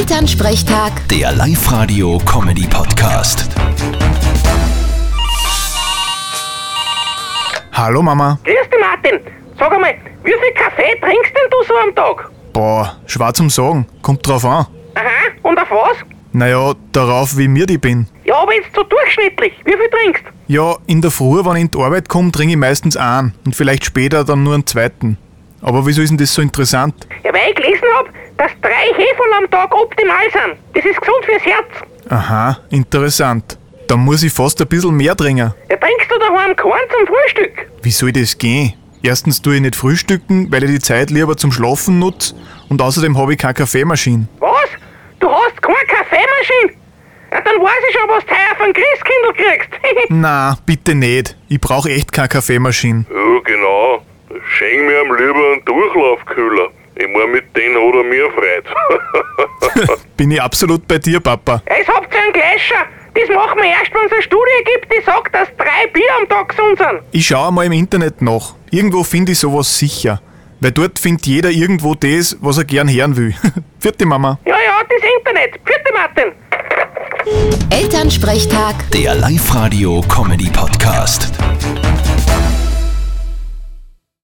Elternsprechtag, Der Live-Radio-Comedy-Podcast. Hallo Mama. Grüß dich, Martin. Sag einmal, wie viel Kaffee trinkst denn du so am Tag? Boah, schwer zum Sagen. Kommt drauf an. Aha, und auf was? Naja, darauf, wie mir die bin. Ja, aber jetzt so durchschnittlich. Wie viel trinkst? Ja, in der Früh, wenn ich in die Arbeit komme, trinke ich meistens einen und vielleicht später dann nur einen zweiten. Aber wieso ist denn das so interessant? Ja, weil ich gelesen habe, dass drei Hefen am Tag optimal sind. Das ist gesund fürs Herz. Aha, interessant. Dann muss ich fast ein bisschen mehr trinken. Ja, trinkst du daheim keinen zum Frühstück? Wie soll das gehen? Erstens tue ich nicht frühstücken, weil ich die Zeit lieber zum Schlafen nutze und außerdem habe ich keine Kaffeemaschine. Was? Du hast keine Kaffeemaschine? Ja, dann weiß ich schon, was du heuer von Christkindl kriegst. Na, bitte nicht. Ich brauche echt keine Kaffeemaschine. Ja, genau. Schenk mir am lieber einen Durchlaufkühler. Ich mein, mit denen hat er mir Freude. Bin ich absolut bei dir, Papa. ja, jetzt habt ihr einen Gläscher. Das machen wir erst, wenn es eine Studie gibt, die sagt, dass drei Bier am Tag gesund sind. Ich schaue mal im Internet nach. Irgendwo finde ich sowas sicher. Weil dort findet jeder irgendwo das, was er gern hören will. Vierte Mama. Ja, ja, das Internet. Vierte Martin. Elternsprechtag. Der Live-Radio-Comedy-Podcast.